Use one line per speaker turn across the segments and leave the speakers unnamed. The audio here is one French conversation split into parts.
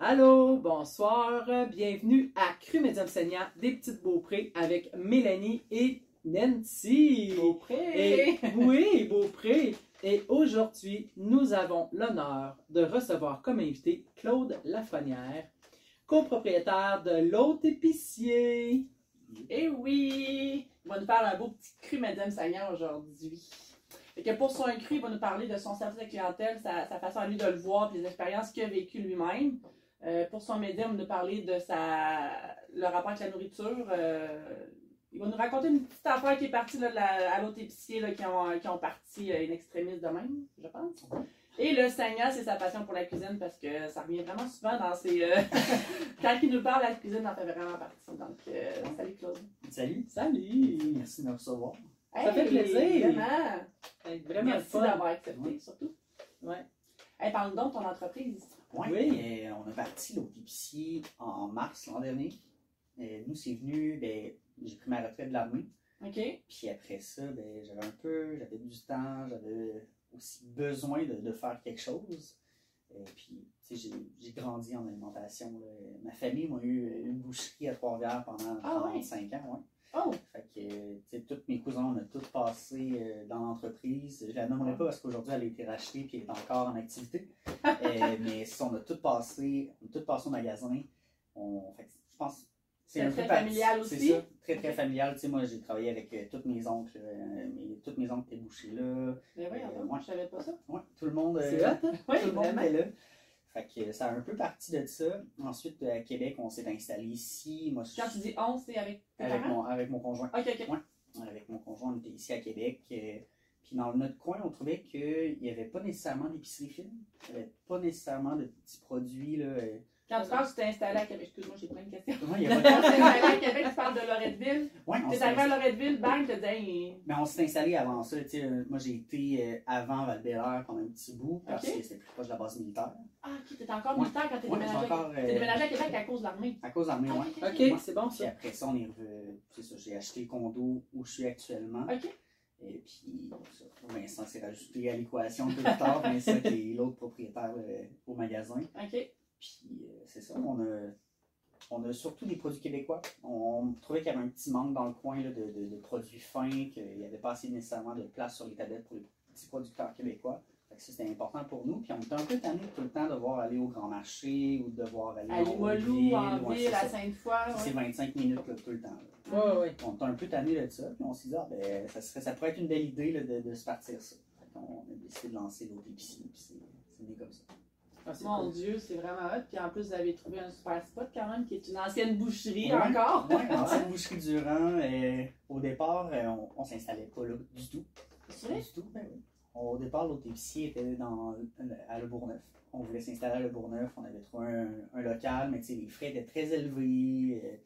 Allô, bonsoir, bienvenue à Cru Médium Seignant des Petites Beaupré avec Mélanie et Nancy.
Beaupré!
Et, oui, Beaupré. Et aujourd'hui, nous avons l'honneur de recevoir comme invité Claude Lafonnière, copropriétaire de l'Hôte Épicier.
Eh oui! Il va nous faire un beau petit cru Madame Saillant aujourd'hui. Fait que pour son cru, il va nous parler de son service de clientèle, sa, sa façon à lui de le voir, puis les expériences qu'il a vécues lui-même. Euh, pour son médium, il va nous parler de sa, le rapport avec la nourriture. Euh, il va nous raconter une petite affaire qui est partie là, de la- à l'autre épicier là, qui, ont, qui ont parti euh, une extrémiste de même, je pense. Et le Seigneur, c'est sa passion pour la cuisine parce que ça revient vraiment souvent dans ses. euh, quand il nous parle de la cuisine, ça fait vraiment partie. Donc, euh, salut Claude.
Salut,
Salut!
merci de me recevoir.
Ça fait plaisir.
Vraiment.
Fait que Vraiment
Merci
fun.
d'avoir accepté,
Oui.
surtout.
Ouais.
Hey, parle donc de ton entreprise.
Ouais,
Oui.
euh, on a parti l'autre épicier en mars l'an dernier. Euh, nous, c'est venu, ben, j'ai pris ma retraite de l'armée.
OK?
Puis après ça, ben, j'avais un peu, j'avais du temps, j'avais aussi besoin de, de faire quelque chose. Euh, puis, tu sais, j'ai- j'ai grandi en alimentation. là. Ma famille m'a eu une boucherie à Trois-Rivières pendant
Ah ouais?
35 ans. ouais.
Oh!
Fait que, euh, tu sais, tous mes cousins, on a tous passé euh, dans l'entreprise. Je la nommerai pas parce qu'aujourd'hui, elle a été rachetée et est encore en activité. Euh, mais si on a tous passé, on a tous passé au magasin. On, fait que je pense que
C'est
un
très
peu parti-
familial
c'est
aussi.
ça, très, très familial. Tu sais, moi, j'ai travaillé avec euh, toutes mes oncles. euh, mes, toutes mes oncles étaient bouchées là.
Mais oui,
Euh,
moi,
ouais.
je Ben savais pas ça.
Ouais, tout le monde. euh,
C'est hot, hein?
Oui,
tout le monde
vraiment.
est là. Fait que ça a un peu parti de ça. Ensuite, à Québec, on s'est installé ici. Moi,
Quand tu dis on, c'est avec tes
avec
parents?
mon, avec mon conjoint.
OK, OK.
avec mon conjoint, on était ici à Québec. euh, puis dans notre coin, on trouvait qu'il n'y avait pas nécessairement d'épicerie fine. Il n'y avait pas nécessairement de petits produits. Là. euh.
Quand tu parles, tu t'es installé à Québec. Excuse-moi, j'ai plein de questions.
Ouais, il y a
Quand
pas
tu t'es installé à Québec, tu parles de Loretteville.
de- Ouais, on
Tu es
s'est
arrivé à
installé-
Loretteville, bang, tu te dis, hey,
mais on s'est installé avant ça. tu sais, euh, Moi, j'ai été euh, avant val pendant un petit bout parce
Ok.
que c'était plus proche de la base militaire.
ah, ok, t'es encore
Ouais.
militaire quand t'es
Ouais, j'ai
déménagé. à-
encore,
T'es
euh,
déménagé à Québec à cause de l'armée.
à cause de l'armée, ouais.
hein? Ok, c'est
Ah,
bon
Puis
ça.
après ça, on est revenu- c'est ça, j'ai acheté le condo où je suis actuellement.
OK.
Et puis, ça, Vincent s'est rajouté à l'équation un peu plus tard, Vincent qui est l'autre propriétaire euh, au magasin.
OK.
Puis euh, c'est ça, on a, on a surtout des produits québécois. On trouvait qu'il y avait un petit manque dans le coin là, de, de- de produits fins, qu'il n'y avait pas assez nécessairement de place sur les tablettes pour les petits producteurs québécois. Fait que ça, c'était important pour nous. Puis on était un peu tannés tout le temps de devoir aller au grand marché ou de devoir aller
À Limoilou, en
ouais,
ville,
c'est
à
ça.
Sainte-Foy.
C'est
ouais.
25 minutes là, tout le temps. là.
Ouais, ouais, ouais.
On était un peu tanné de ça, puis on s'est dit, ah, ben, ça, serait, ça pourrait être une belle idée là, de, de se partir ça. Fait on a décidé de lancer l'autre épicier, puis c'est c'est né comme ça.
Ah, c'est
Mon
cool.
Dieu, c'est vraiment hot. Puis en plus, vous avez trouvé un super spot quand même, qui est une ancienne boucherie
Ouais.
encore.
Ouais, ancienne boucherie Durand, euh, au départ, euh, on, on s'installait pas là du tout.
C'est vrai?
Du tout, ben oui. Au départ, l'autre épicier était dans, euh, à Le Bourgneuf. On voulait s'installer à Le Bourgneuf, on avait trouvé un, un local, mais tu sais, les frais étaient très élevés. euh,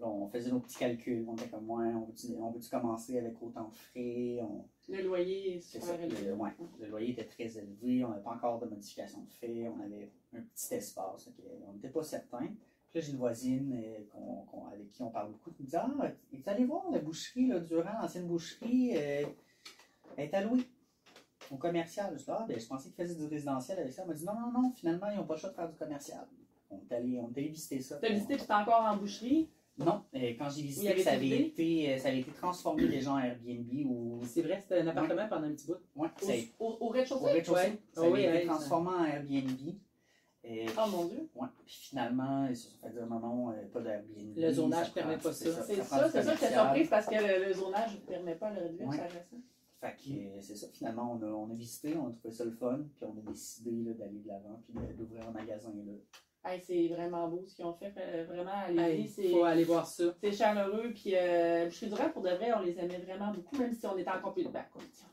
là, on faisait nos petits calculs, on était comme, ouais, on veut-tu on veut-tu commencer avec autant de frais? On-
Le loyer est
C'est ça.
super élevé.
Le, ouais, le loyer était très élevé, on n'avait pas encore de modification de fait, on avait un petit espace, donc, euh, on n'était pas certain. Puis là, j'ai une voisine euh, qu'on- qu'on- avec qui on parle beaucoup qui me dit Ah, est allé voir la boucherie, là, Durand, l'ancienne boucherie, euh, elle est allouée au commercial. Je dis Ah, ben, je pensais qu'ils faisaient du résidentiel avec ça. Elle m'a dit Non, non, non, finalement, ils n'ont pas le choix de faire du commercial. On est allé, on est allé visiter ça.
T'as visité, puis t'es encore en boucherie.
Non, euh, quand j'ai
Vous y avez
visité, ça avait,
été?
été, euh, ça avait été transformé déjà en Airbnb ou.
C'est vrai, c'était un appartement pendant un petit bout.
Ouais,
Au,
ça a été-
au- au
au
rez-de-chaussée?
rez-de-chaussée.
Ouais. Ah
Ça avait
oui,
été
hey,
transformé en Airbnb. Et
Oh mon Dieu.
ouais. Puis finalement, ils se sont fait dire non, non, euh, pas d'Airbnb.
Le zonage
ça prend-
permet pas ça.
C'est
prend
ça,
du
c'est ça, j'étais
commercial.
surprise parce que le, le zonage ne permet pas le réduire,
Ouais.
ça reste ça.
Fait que euh, c'est ça. Finalement, on a, on a visité, on a trouvé ça le fun, puis on a décidé là, d'aller de l'avant, puis de- d'ouvrir un magasin là.
Hey, c'est vraiment beau ce qu'ils ont fait. euh, Vraiment, allez-y,
Hey,
c'est.
faut aller voir ça.
C'est chaleureux, puis euh, je suis durable pour de vrai, on les aimait vraiment beaucoup, même si on était en compétition. Ben, compétition.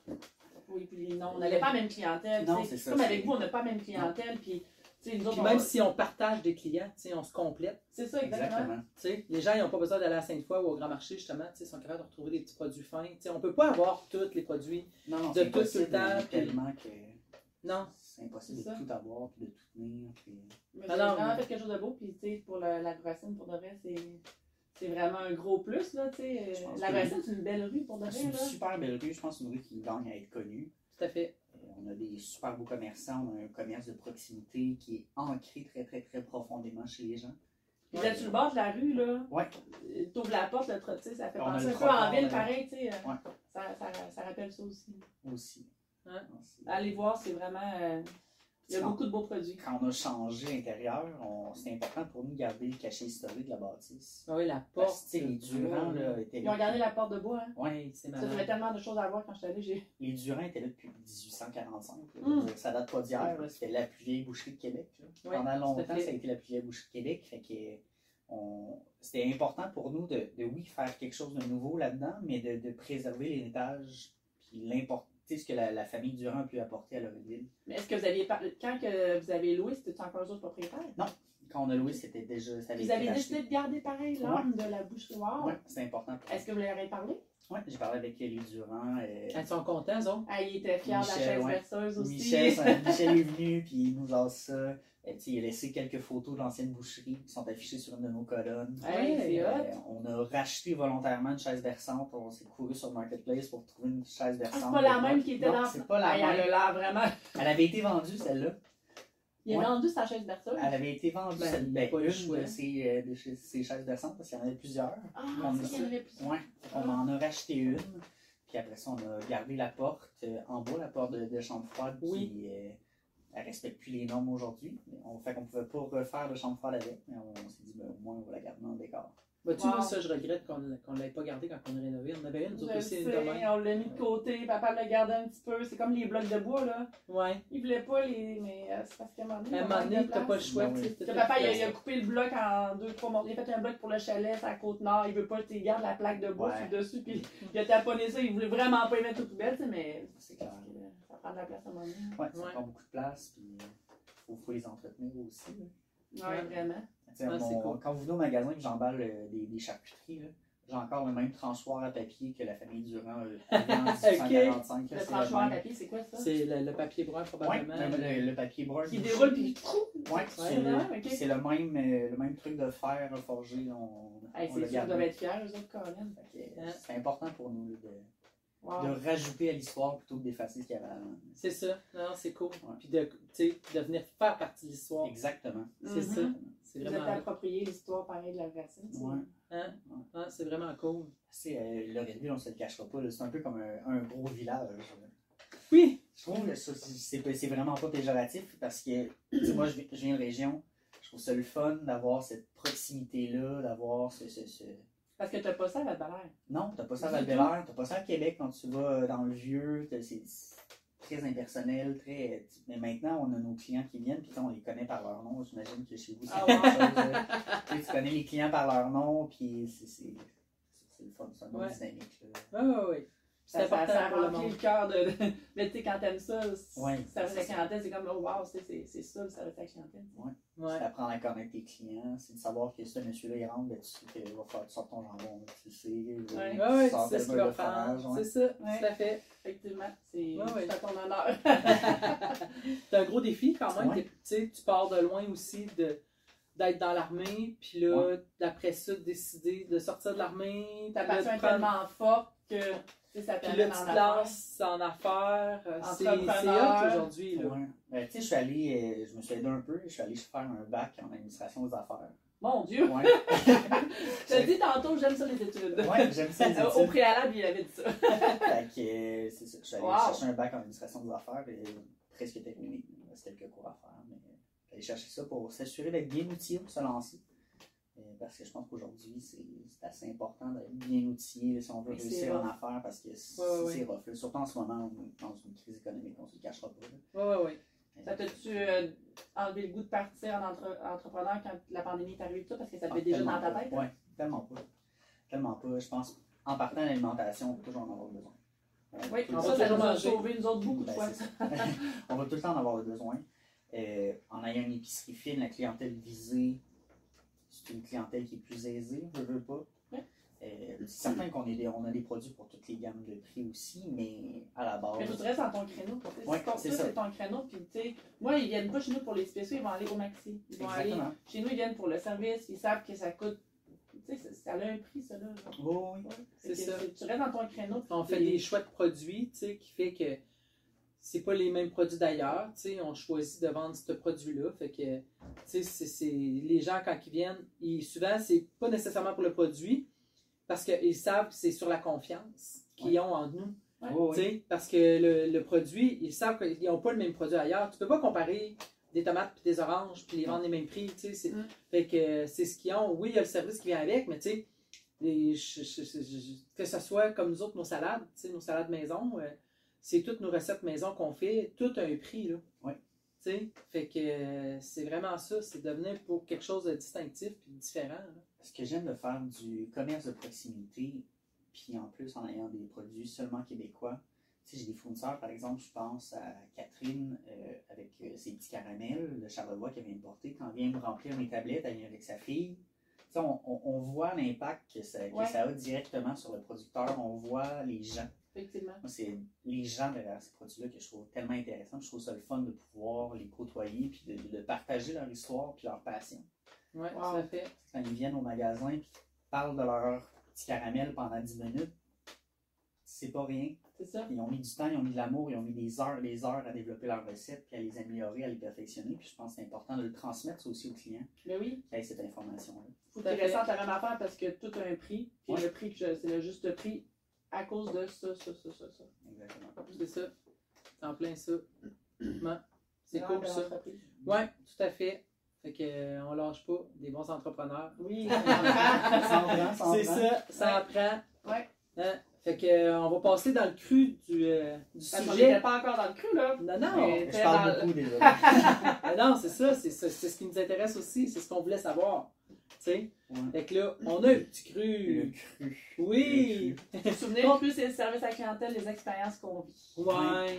Oui, puis non, on n'avait pas la même clientèle.
Non,
tu sais.
c'est ça,
Comme
c'est-
avec vous, on n'a pas la même clientèle, puis, tu sais, nous autres,
Puis
on-
même si on partage des clients, tu sais, on se complète.
C'est ça, exactement.
tu sais. Les gens, ils n'ont pas besoin d'aller à Sainte-Foy ou au Grand Marché, justement. tu sais, Ils sont capables de retrouver des petits produits fins. Tu sais, on ne peut pas avoir tous les produits.
Non, non,
De
c'est
tout le
impossible,
temps,
euh,
puis-
tellement que
Non.
c'est impossible
C'est
de
ça.
tout avoir, puis de tout tenir. Puis...
Mais
Ah
c'est
non,
vraiment
mais-
fait quelque chose de beau, puis tu sais, pour le- la Gracine, pour de vrai, c'est. C'est vraiment un gros plus, là, tu sais. euh,
Je pense
La
que
Gracine, c'est une belle rue, pour de
hein?
C'est
vrai,
une
là.
super belle rue, je pense, une rue qui gagne à être connue.
Tout à fait.
Euh, on on a des super beaux commerçants, on a un commerce de proximité qui est ancré très, très, très profondément chez les gens.
Puis là, tu le bord de la rue, là,
Ouais,
euh, t'ouvres la porte, le trottoir, ça fait
On a
penser
le
un peu en
trottoir,
ville,
euh,
pareil, tu sais. euh,
ouais.
Ça, ça, ça rappelle ça aussi.
aussi.
Hein?
Aussi.
Allez voir, c'est vraiment. euh, Ah, il y a
Quand-
beaucoup de beaux produits.
Quand on a changé l'intérieur, on- c'est important pour nous de garder le cachet historique de la bâtisse.
Ah oui, la
Parce
porte.
que tu sais, les Durand, là, étaient
Ils ont regardé la porte de bois, hein.
Ouais,
C'est
Ça, j'avais
malade.
tellement de choses à voir quand je suis allée. j'ai-
les Durand étaient là depuis 1845. là. Je
Mm.
veux dire, Ça date pas d'hier, là, c'était la plus vieille boucherie de Québec. là.
Ouais,
Pendant
tout
longtemps,
à fait.
ça a été la plus vieille boucherie de Québec. Fait que, euh, on- C'était important pour nous de, de, oui, faire quelque chose de nouveau là-dedans, mais de, de préserver l'héritage puis l'import- tu sais, ce que la, la famille Durand a pu apporter à Loretteville.
Mais est-ce que vous aviez. par- Quand que vous avez loué, c'était encore d'autres propriétaires?
Quand on a loué, c'était déjà. Ça avait
Vous
été
avez
racheté.
décidé de garder pareil l'âme de la boucherie noire.
Ouais, c'est important pour
Est-ce que vous leur avez parlé?
nous. Ouais, j'ai parlé avec les Durand. euh,
Elles sont contentes, elles autres.
Ah, il était fier de la
Michel,
chaise
ouais.
verseuse aussi.
Michel, ça- Michel est venu, puis il nous a ça. Euh, tu sais, il a laissé quelques photos de l'ancienne boucherie qui sont affichées sur une de nos colonnes.
Hey, c'est hot.
Euh, on a racheté volontairement une chaise versante. On s'est couru sur Marketplace pour trouver une chaise
Ah,
versante.
c'est pas la même qui était
Non,
dans
c'est pas la
Ah, Elle a
même.
l'air vraiment.
Elle avait été vendue, celle-là.
Il a
Ouais.
vendu sa chaise berceuse.
Elle avait été vendue,
Ben,
celle
pas
ben,
une,
une
hein.
de ces, euh, de chez- ces chaises versantes, parce qu'il y en avait plusieurs.
Ah,
On
c'est
a
qu'il y en avait plus.
Ouais. On en a racheté une. Puis après ça, on a gardé la porte euh, en bois, la porte de, de chambre froide qui
Oui.
euh, elle respecte plus les normes aujourd'hui. Mais On fait qu'on pouvait pas refaire de chambre froide avec, mais on, s'est dit ben, au moins on va la garder dans le décor.
Bah, tu vois,
Wow.
ça, je regrette qu'on ne l'ait pas gardée quand on a rénové. On en avait une,
Je
nous autres aussi,
sais,
une de même.
on l'a mis de côté, papa l'a gardé un petit peu. C'est comme les blocs de bois, là.
Ouais.
Il voulait pas les. Mais euh, c'est parce qu'à un moment donné.
À un
on
moment
manque
donné,
de
t'as pas le
place.
choix.
Ben
tu sais,
oui.
t'as-
Le
t'as-
papa, il a, il a coupé le bloc en deux, trois morceaux. Il a fait un bloc pour le chalet, c'est à Côte-Nord. Il veut pas, tu gardes la plaque de bois
Ouais.
sur le dessus. Puis il a taponné ça. Il voulait vraiment pas y mettre aux poubelles, tu sais, mais.
C'est clair.
parce que, euh, Ça prend de la place à un moment donné.
Ouais, ça
Ouais.
prend beaucoup de place, puis euh, faut, faut les entretenir aussi. là.
Ouais, vraiment.
Tu sais,
Ouais,
mon-
c'est cool.
Quand vous venez au magasin et que j'emballe euh, des, des charcuteries, là, j'ai encore le même tranchoir à papier que la famille Durand euh, avait en 1845. là,
Le
c'est le
tranchoir à
même.
papier, c'est quoi ça?
C'est le, le papier brun,
Ouais,
probablement.
le, le- le papier brun.
Qui
bouché.
déroule puis trou.
Ouais, c'est
c'est vrai, ok.
c'est le même, euh, le même truc de fer forgé. On,
Hey,
on
c'est sûr,
l'a
ils
gardé.
doivent être fiers, eux autres, Colin.
Fait que,
Hein?
euh, C'est important pour nous là, de,
Wow.
de rajouter à l'histoire plutôt que d'effacer ce qu'il y avait avant.
C'est ça. Non, non, c'est cool.
Ouais.
Puis de, tu sais, de venir faire partie de l'histoire.
Exactement.
C'est
Mhm.
ça. C'est
Vous êtes
vraiment,
approprié l'histoire pareil de la racine. tu sais.
Ouais.
hein? Ouais, c'est vraiment cool.
C'est euh, Loretteville, on se le cachera pas. là, C'est un peu comme un, un gros village. là.
Oui.
Je trouve que ça, c'est- c'est c'est vraiment pas péjoratif parce que tu sais, moi, je, vi- je viens de région. Je trouve ça le fun d'avoir cette proximité-là, d'avoir ce- ce- ce,
Parce que t'as pas ça à la valeur.
Non, t'as pas ça à
Du
val belair t'as pas ça à Québec quand tu vas euh, dans le vieux, t'as- c'est très impersonnel, très. euh, Mais maintenant, on a nos clients qui viennent, puis on les connaît par leur nom. J'imagine que chez vous, c'est
Ah
la même
ouais.
chose, là. Tu sais, tu connais les clients par leur nom, puis c'est- c'est c'est le fun, c'est un bon
Ouais.
dynamique. là.
Oui, oui, oui. C'est
Ça, ça, ça
important pour le
remplit
monde.
le cœur de. de- Mais tu sais, quand t'aimes ça, c'est-
Ouais,
ça
c'est
reste la
ça.
clientèle, c'est comme, oh wow, c'est- c'est c'est ça, ça reste la clientèle.
Ouais.
Tu apprends à connaître tes clients, c'est de savoir que ce monsieur-là, il rentre, ben, tu sais qu'il va falloir que tu sortes ton jambon, tu le sais, ou
Ouais.
tu
Ouais, ouais,
sors
tu sais ce
tel
qu'il va
beurre de fromage,
faire.
ouais.
C'est ça,
Ouais.
tout à fait.
Effectivement, c'est
Ouais, ouais.
c'est à ton honneur.
C'est un gros défi quand même.
Ouais.
T'es- Tu sais, tu pars de loin aussi de d'être dans l'armée, puis là, après ça, de décider de sortir de l'armée,
Ta
puis là, de
passion est
prendre-
tellement forte que tu sais, ça
puis là,
t'amène
tu
en
te
affaires.
lances en affaires. euh, c'est- C'est
Entrepreneur.
hot aujourd'hui, là.
Ouais. Ben, tu sais, je suis allé, euh, je me suis aidé un peu, je suis allé faire un bac en administration aux affaires.
Mon Dieu!
Ouais.
Je te dis tantôt, j'aime ça les études.
Ouais, j'aime ça les
Au- Au
études.
préalable, il avait dit ça.
Fait que, euh, c'est ça. Je suis allé
Wow.
chercher un bac en administration des affaires et presque terminé. Il me reste quelques cours à faire. Mais euh, je suis allé chercher ça pour s'assurer d'être bien outillé pour se lancer. Euh, parce que je pense qu'aujourd'hui, c'est c'est assez important d'être bien outillé si on veut
Oui, c'est
réussir en
rough.
affaires parce que c'est
Ouais, ouais,
c'est rough. là. Surtout en ce moment, on est dans une crise économique, on se le cachera pas.
Ouais,
là.
ouais, ouais.
Ça t'a-tu euh, enlevé le goût de partir en entre- entrepreneur quand la pandémie est arrivée et tout ça, parce que ça
Ah,
devait déjà
tellement
dans ta
pas.
tête? hein?
Ouais, tellement pas. Tellement pas. Je pense en partant l'alimentation, on peut toujours en avoir besoin. Euh,
Oui,
tout le
on
ça,
va
ça,
temps.
toujours
nous a
manger.
sauvé nous autres beaucoup de
Ben,
fois.
c'est ça. on va tout le temps en avoir besoin. Euh, en ayant une épicerie fine, la clientèle visée, c'est une clientèle qui est plus aisée, je veux pas.
Ouais.
Euh, c'est certain qu'on est des- on a des produits pour toutes les gammes de prix aussi, mais à la base.
Mais tout reste dans ton créneau. tu sais.
Ouais,
C'est ton-
c'est
ça,
ça.
c'est ton créneau. Puis, tu sais, moi, ils viennent pas chez nous pour les spéciaux, ils vont aller au maxi. Ils vont aller.
Exactement.
Chez nous, ils viennent pour le service, ils savent que ça coûte. Tu sais, ça, ça a un prix, ça, là. genre.
Oui, oui.
Fait
C'est
que
ça.
Tu restes dans ton créneau. puis
On fait
t'es-
des choix de produits, tu sais, qui fait que c'est pas les mêmes produits d'ailleurs. Tu sais, on choisit de vendre ce produit-là. Fait que, tu sais, c'est- c'est- les gens, quand ils viennent, ils, souvent, c'est pas nécessairement pour le produit, parce qu'ils savent que c'est sur la confiance qu'ils ont en nous.
Ouais.
Oh,
Tu
oui.
sais, Parce que le, le produit, ils savent qu'ils n'ont pas le même produit ailleurs. Tu peux pas comparer des tomates puis des oranges puis les vendre les mêmes prix. tu sais, c'est-
Mm.
Fait que euh, c'est ce qu'ils ont. Oui, il y a le service qui vient avec, mais tu sais, les- je- je- je- je- que ce soit comme nous autres, nos salades, tu sais, nos salades maison, euh, c'est toutes nos recettes maison qu'on fait, tout a un prix. Là.
Ouais.
Tu sais, Fait que euh, c'est vraiment ça, c'est devenir pour quelque chose de distinctif puis différent. là.
Ce que j'aime de faire du commerce de proximité, puis en plus en ayant des produits seulement québécois, tu sais, j'ai des fournisseurs, par exemple, je pense à Catherine euh, avec euh, ses petits caramels de Charlevoix qu'elle vient de porter. Quand elle vient me remplir mes tablettes, elle vient avec sa fille. Tu sais, on, on- on voit l'impact que, ça, que
Ouais.
ça a directement sur le producteur. On voit les gens.
Effectivement.
Moi, c'est les gens derrière ces produits-là que je trouve tellement intéressants. Je trouve ça le fun de pouvoir les côtoyer, puis de, de partager leur histoire, puis leur passion
Ouais,
Wow.
tout à fait.
quand ils viennent au magasin et parlent de leur petit caramel pendant 10 minutes, c'est pas rien.
C'est ça.
Ils ont mis du temps, ils ont mis de l'amour, ils ont mis des heures et des heures à développer leur recette, puis à les améliorer, à les perfectionner. Puis je pense que c'est important de le transmettre ça aussi aux clients
Mais oui,
avec cette information-là.
faut
Tout à
qu'ils
fait.
ressentent la même affaire parce que tout a un prix. Puis
Ouais.
le prix, que je- c'est le juste prix à cause de ça, ça, ça, ça, ça.
Exactement.
C'est ça. En plein ça. Ouais. C'est
vraiment
cool
de
ça.
l'entreprise.
Ouais, tout à fait. Fait que euh, on lâche pas des bons entrepreneurs.
Oui.
Sans vent, sans
C'est
vent.
ça, ça apprend.
Ouais.
Hein? Fait que euh, on va passer dans le cru du, euh, du
Parce qu'on n'était
sujet.
pas encore dans le cru, là.
Non, non,
Mais-
Je parle
Dans-
beaucoup déjà.
mais non, c'est ça, c'est ça, c'est ce qui nous intéresse aussi, c'est ce qu'on voulait savoir. Tu sais?
Ouais.
Fait que là, on a un petit
Le
cru.
cru.
Oui!
Vous vous souvenez, le plus, c'est le service à la clientèle, les expériences qu'on vit.
Ouais!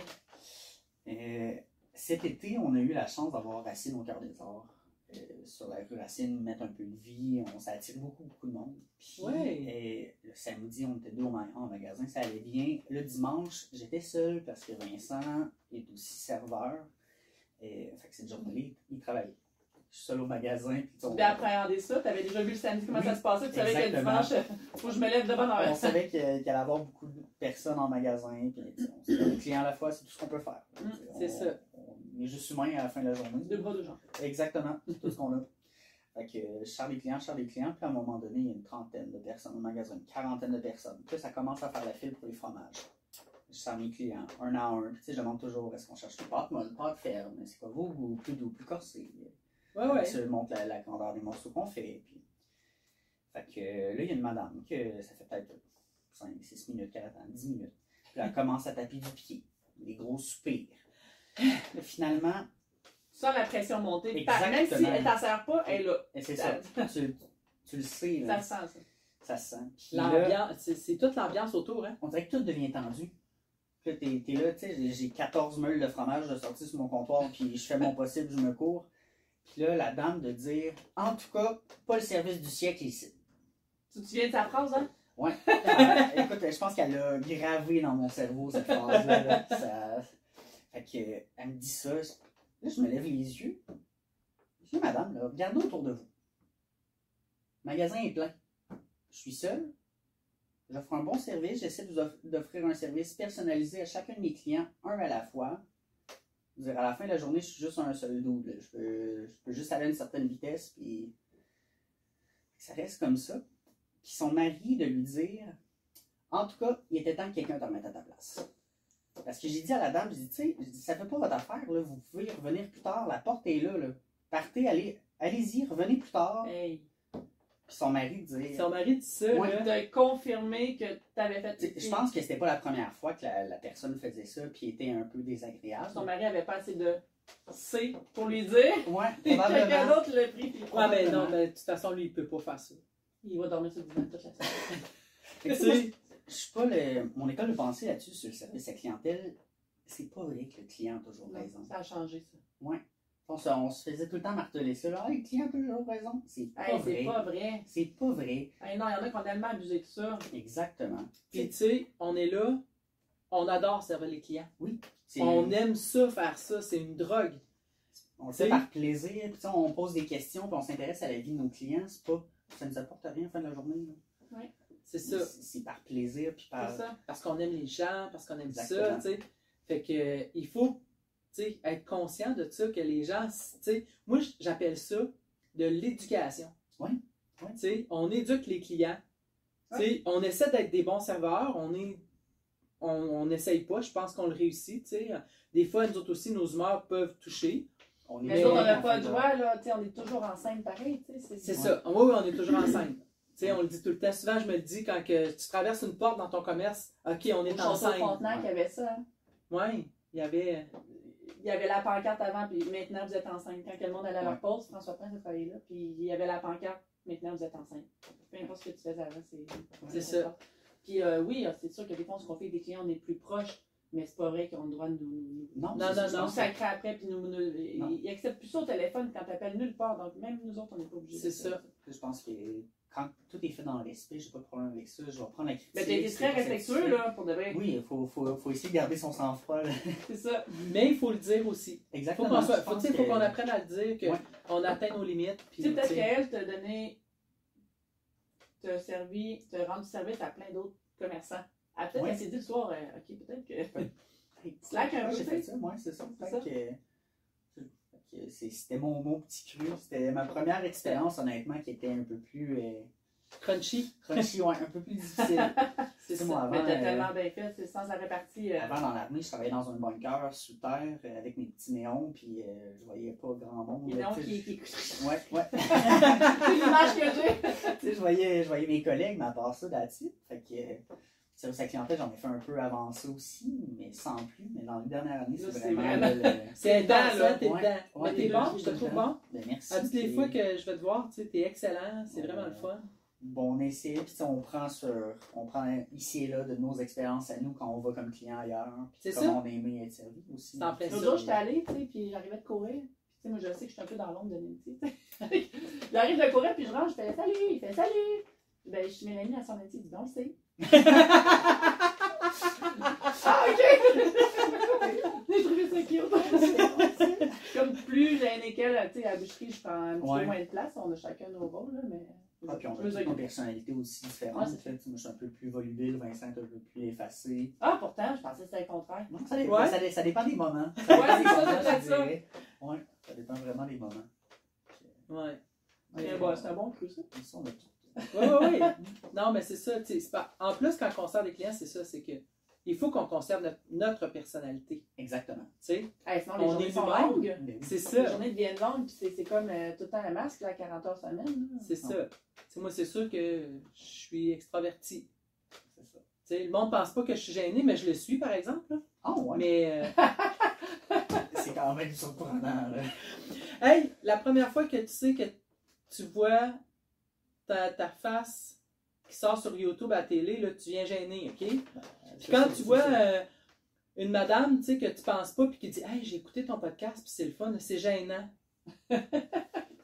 Euh, cet été, on a eu la chance d'avoir Racine au cœur des arts. Euh, sur la rue Racine, mettre un peu de vie, on s'attire beaucoup, beaucoup de monde. Puis,
Ouais.
euh, le samedi, on était deux au ma- en magasin, ça allait bien. Le dimanche, j'étais seul parce que Vincent est aussi serveur. Et, fait que c'est une journée, il travaillait. Je suis seul au magasin. Puis
Tu
on,
Ben,
devais appréhender ça. Tu avais déjà vu le samedi comment
Oui,
ça se passait. Tu savais que le
exactement.
dimanche, euh, faut que je me lève de bonne
on
heure.
savait que- qu'il allait avoir beaucoup de personnes en magasin. Puis, tu sais, on s'est dit, un client à la fois, c'est tout ce qu'on peut faire.
Mm,
c'est
On-
ça.
On est juste humain à la fin de la journée.
Deux bras, deux jambes.
Exactement, c'est tout ce qu'on a. Fait que euh, je charge les clients, je charge les clients, puis à un moment donné, il y a une trentaine de personnes au magasin, une quarantaine de personnes. Puis là, ça commence à faire la file pour les fromages. Je charge mes clients, un à un. Puis tu sais, je demande toujours, est-ce qu'on cherche une pâte molle, pâte ferme, c'est quoi vos goûts, plus doux, plus corsé.
Ouais, Ah ouais.
Je montre la, la grandeur des morceaux qu'on fait. Puis... Fait que euh, là, il y a une madame que ça fait peut-être 5, 6 minutes qu'elle attend, 10 minutes. Puis là, elle commence à taper du pied, des gros soupirs. Là, finalement,
Tu sens la pression monter. Pa- Même si
Exactement.
elle t'en sert pas, elle est là.
Et c'est ça. tu, tu le sais,
Ça
là.
se sent, ça.
ça se sent. Puis là,
L'ambiance, c'est- c'est toute l'ambiance autour, hein?
on dirait que tout devient tendu. Puis là, t'es, t'es là, tu sais, j'ai- j'ai 14 meules de fromage de sortie sur mon comptoir, puis je fais mon possible, je me cours. Puis là, la dame de dire, en tout cas, pas le service du siècle ici.
Tu te souviens de sa phrase, hein?
Ah, écoute, je pense qu'elle a gravé dans mon cerveau cette phrase-là. là. Ça- Fait que, euh, elle me dit ça. je- Là, je me lève les yeux. Je dis, madame, là, regardez autour de vous. Le magasin est plein. Je suis seul. J'offre un bon service. J'essaie de vous off- d'offrir un service personnalisé à chacun de mes clients, un à la fois. Je veux dire, à la fin de la journée, je suis juste un seul double. Je peux, je peux juste aller à une certaine vitesse, puis ça reste comme ça. Puis son mari de lui dire En tout cas, il était temps que quelqu'un te remette à ta place. Parce que j'ai dit à la dame, j'ai dit, tu sais, j'ai dit, ça fait pas votre affaire, là. vous pouvez revenir plus tard, la porte est là, là. Partez, allez, allez-y, revenez plus tard.
Hey.
Puis son mari dit
Son mari dit ça,
Ouais.
là.
De confirmer que t'avais fait.
Tu sais, Je pense que c'était pas la première fois que la, la personne faisait ça puis était un peu désagréable.
Son mari avait pas assez de C pour lui dire.
Ouais,
Quelqu'un
probablement.
d'autre l'a pris. puis-
Ah, ben non, mais de toute façon, lui, il peut pas faire ça.
Il va dormir sur le divan toute la semaine.
Fait que tu sais, moi, je- je suis pas le- Mon école de pensée là-dessus sur le service à clientèle, c'est pas vrai que le client a toujours raison.
Non, Ça a changé, ça.
On se, on se faisait tout le temps marteler ça, là, Ah, le client a toujours raison. C'est pas
Hey,
vrai.
c'est pas vrai.
C'est pas vrai.
Hey, non, il y en a qui ont tellement abusé de ça.
Exactement.
Puis, tu sais, on est là, on adore servir les clients.
C'est-
On aime ça, faire ça, c'est une drogue.
on le
tu sais-
fait par plaisir, puis tu sais, on pose des questions, puis on s'intéresse à la vie de nos clients. C'est pas. Ça nous apporte rien à la fin de la journée. là.
C'est ça.
C'est c'est par plaisir, puis par.
C'est ça.
Ah.
Parce qu'on aime les gens, parce qu'on aime
Exactement.
ça, tu sais. Fait que euh, il faut tu sais, être conscient de ça, que les gens, tu sais, moi j- j'appelle ça de l'éducation.
Ouais, ouais.
Tu sais, on éduque les clients. Tu sais, On essaie d'être des bons serveurs, on est on, on n'essaye pas, je pense qu'on le réussit. tu sais. Des fois, nous autres aussi, nos humeurs peuvent toucher.
On
Mais
Mais
nous autres, on
on
n'a pas
fait
le
de-
droit, là. Tu sais, on est toujours enceinte pareil. tu sais,
C'est ça. Ah Oui, oui, on est toujours enceinte. Tu sais, on le dit tout le temps. Souvent, je me le dis quand que tu traverses une porte dans ton commerce, OK, on
Au
est
Château
enceinte.
Fontenac, il y avait ça. hein.
Oui, il y avait.
Il y avait la pancarte avant, puis maintenant, vous êtes enceinte. Quand que le monde allait à la
Ouais.
pause, François Prince a travaillé là, puis il y avait la pancarte, maintenant, vous êtes enceinte. Peu importe ce que tu faisais avant, c'est.
C'est ça.
Puis euh, oui, euh, c'est sûr que des fois, on se confie avec des clients, on est plus proche, mais c'est pas vrai qu'on a le droit de nous.
Non,
Non, non,
nous
non.
sacrer après, puis nous. nous-
Non.
ils acceptent plus ça au téléphone quand t'appelles nulle part, donc même nous autres, on n'est pas obligés.
C'est
de-
ça.
Je pense que quand tout est fait dans le respect, j'ai pas de problème avec ça. Je vais prendre la critique.
Mais t'as été très
c'est pas
respectueux,
satisfait.
là, pour de vrai.
Oui, il faut, faut, faut essayer de garder son sang-froid. là.
C'est ça.
Mais il faut le dire aussi. Il faut
Exactement.
qu'on soit-
je
faut- tu
pense
sais, faut
que-
qu'on apprenne à le dire
Ouais.
qu'on atteint nos limites.
Tu
puis,
sais, peut-être
tu sais,
qu'elle t'a donné. t'a servi, t'a rendu service à plein d'autres commerçants. Ah, peut-être
Ouais.
qu'elle s'est dit le soir, euh, ok, peut-être que.
Hey,
Slack un
ouais,
peu,
J'ai
tu
fait
sais.
ça, moi, c'est ça.
C'est
Fait que- fait que euh, c'est- C'était mon mot petit cru. C'était ma première expérience, honnêtement, qui était un peu plus euh,
Crunchy,
crunchy, ouais, un peu plus difficile.
c'est
C'est moi,
ça.
avant.
Mais t'as
euh,
tellement bien fait, c'est sans la répartie. euh,
Avant, dans l'armée, je travaillais dans un bunker sous terre euh, avec mes petits néons, puis euh, je voyais pas grand monde.
les
là,
noms
ben, tu sais,
qui.
je-
qui-
Ouais, ouais.
C'est l'image que j'ai.
Tu sais, je voyais, je voyais mes collègues, mais à part ça, là-dessus. Fait que, euh, service à clientèle, j'en ai fait un peu avant ça aussi, mais sans plus. Mais dans les dernières années,
Là,
c'est
c'est
vraiment.
vraiment-
là, le-
C'est
dedans,
dedans, là,
ça.
t'es
Ouais.
dedans.
Ouais,
Mais t'es
là,
bon,
je
je te
suis
trouve
dedans.
bon.
Ben, merci.
Ah,
À toutes les
c'est-
fois que je vais te voir, tu sais, t'es excellent, c'est
Ouais.
vraiment le fun.
Bon, on essaie, puis tu sais, on prend sur, on prend ici et là de nos expériences à nous quand on va comme client ailleurs, puis
C'est
comment
ça.
on aimait être servi
C'est
aussi.
en plein
Puis,
ça.
L'autre jour, j'étais allée, tu sais, puis j'arrivais de courir. Puis, tu sais, moi, je sais que je suis un peu dans l'ombre de Nancy, tu sais. J'arrive de courir, puis je rentre, je fais salut, il fait salut. Ben, je suis Mélanie à son Nancy, il dit non, c'est. ah, ok! J'ai trouvé ça cute. Comme plus gênée qu'elle, tu sais, à la boucherie, je prends un petit peu
Ouais.
moins de place, on a chacun nos rôles, là, mais.
Ah, puis on
Je me
a
suis-
une personnalité aussi différente.
Ouais, c'est
fait que, tu sais, moi, je suis un peu plus volubile, Vincent est un peu plus effacé.
Ah, pourtant, je pensais que c'était le contraire.
Donc, ça, dé-
Ouais.
ça dé- ça dépend des moments.
Ouais, c'est ça,
Moi,
c'est
je
peut-être ça.
dirais, Ouais, ça dépend vraiment des moments.
Ouais.
Mais bon, bah, c'est un bon coup, ça.
Ça, on a tout.
Oui, oui, oui. Non, mais c'est ça. tu sais, c'est pas- En plus, quand on conserve des clients, c'est ça, c'est que il faut qu'on conserve notre, notre personnalité. tu
Exactement.
sais.
Hey, sinon, les
On
journées
est
sont
humain.
longues.
Mais oui.
C'est
Les
ça.
journées deviennent longues, puis c'est- c'est comme euh, tout le temps la masque, là, 40 heures semaine. là.
C'est ça. Tu sais, moi, c'est sûr que je suis extravertie.
C'est ça.
Tu sais, le monde pense pas que je suis gênée, mais je le suis, par exemple. là.
Ah, ouais,
Mais, euh,
c'est quand même surprenant. Là.
euh, hey, la première fois que tu sais que tu vois ta, ta face qui sort sur YouTube à la télé, là, tu viens gêner, OK? Puis quand tu vois euh, une madame, tu sais, que tu penses pas, puis qui dit « Hey, j'ai écouté ton podcast, puis c'est le fun, c'est gênant.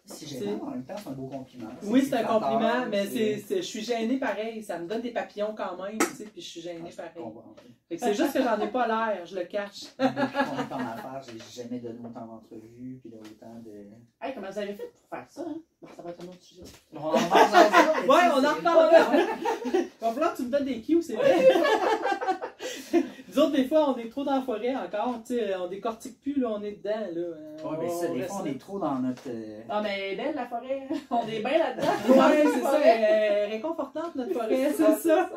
C'est
tu sais-
gênant, en même temps, c'est un beau compliment. »
Oui, c'est un
flatteur,
compliment, mais c'est, c'est- je suis gênée pareil. Ça me donne des papillons quand même, tu sais, puis je suis
Ah,
gênée
je peux
pareil.
comprendre.
Fait que c'est juste que j'en ai pas l'air, je le cache.
Depuis qu'on est en affaires, j'ai jamais donné autant d'entrevues, puis là, autant de.
Hey, comment vous avez fait pour faire ça? hein? Bon, ça va être un autre sujet.
On en reparle.
Ouais, on en reparlera. Il va falloir que tu me donnes des cues, c'est vrai. Nous autres, des fois, on est trop dans la forêt encore, tu sais, on décortique plus, là, on est dedans, là. Euh,
Ouais, mais ça, des
reste
fois, on
là.
est trop dans notre. euh,
Ah, mais elle est belle, la forêt. hein? On est bien là-dedans.
Ouais, c'est ça, elle est réconfortante, notre forêt, c'est ça.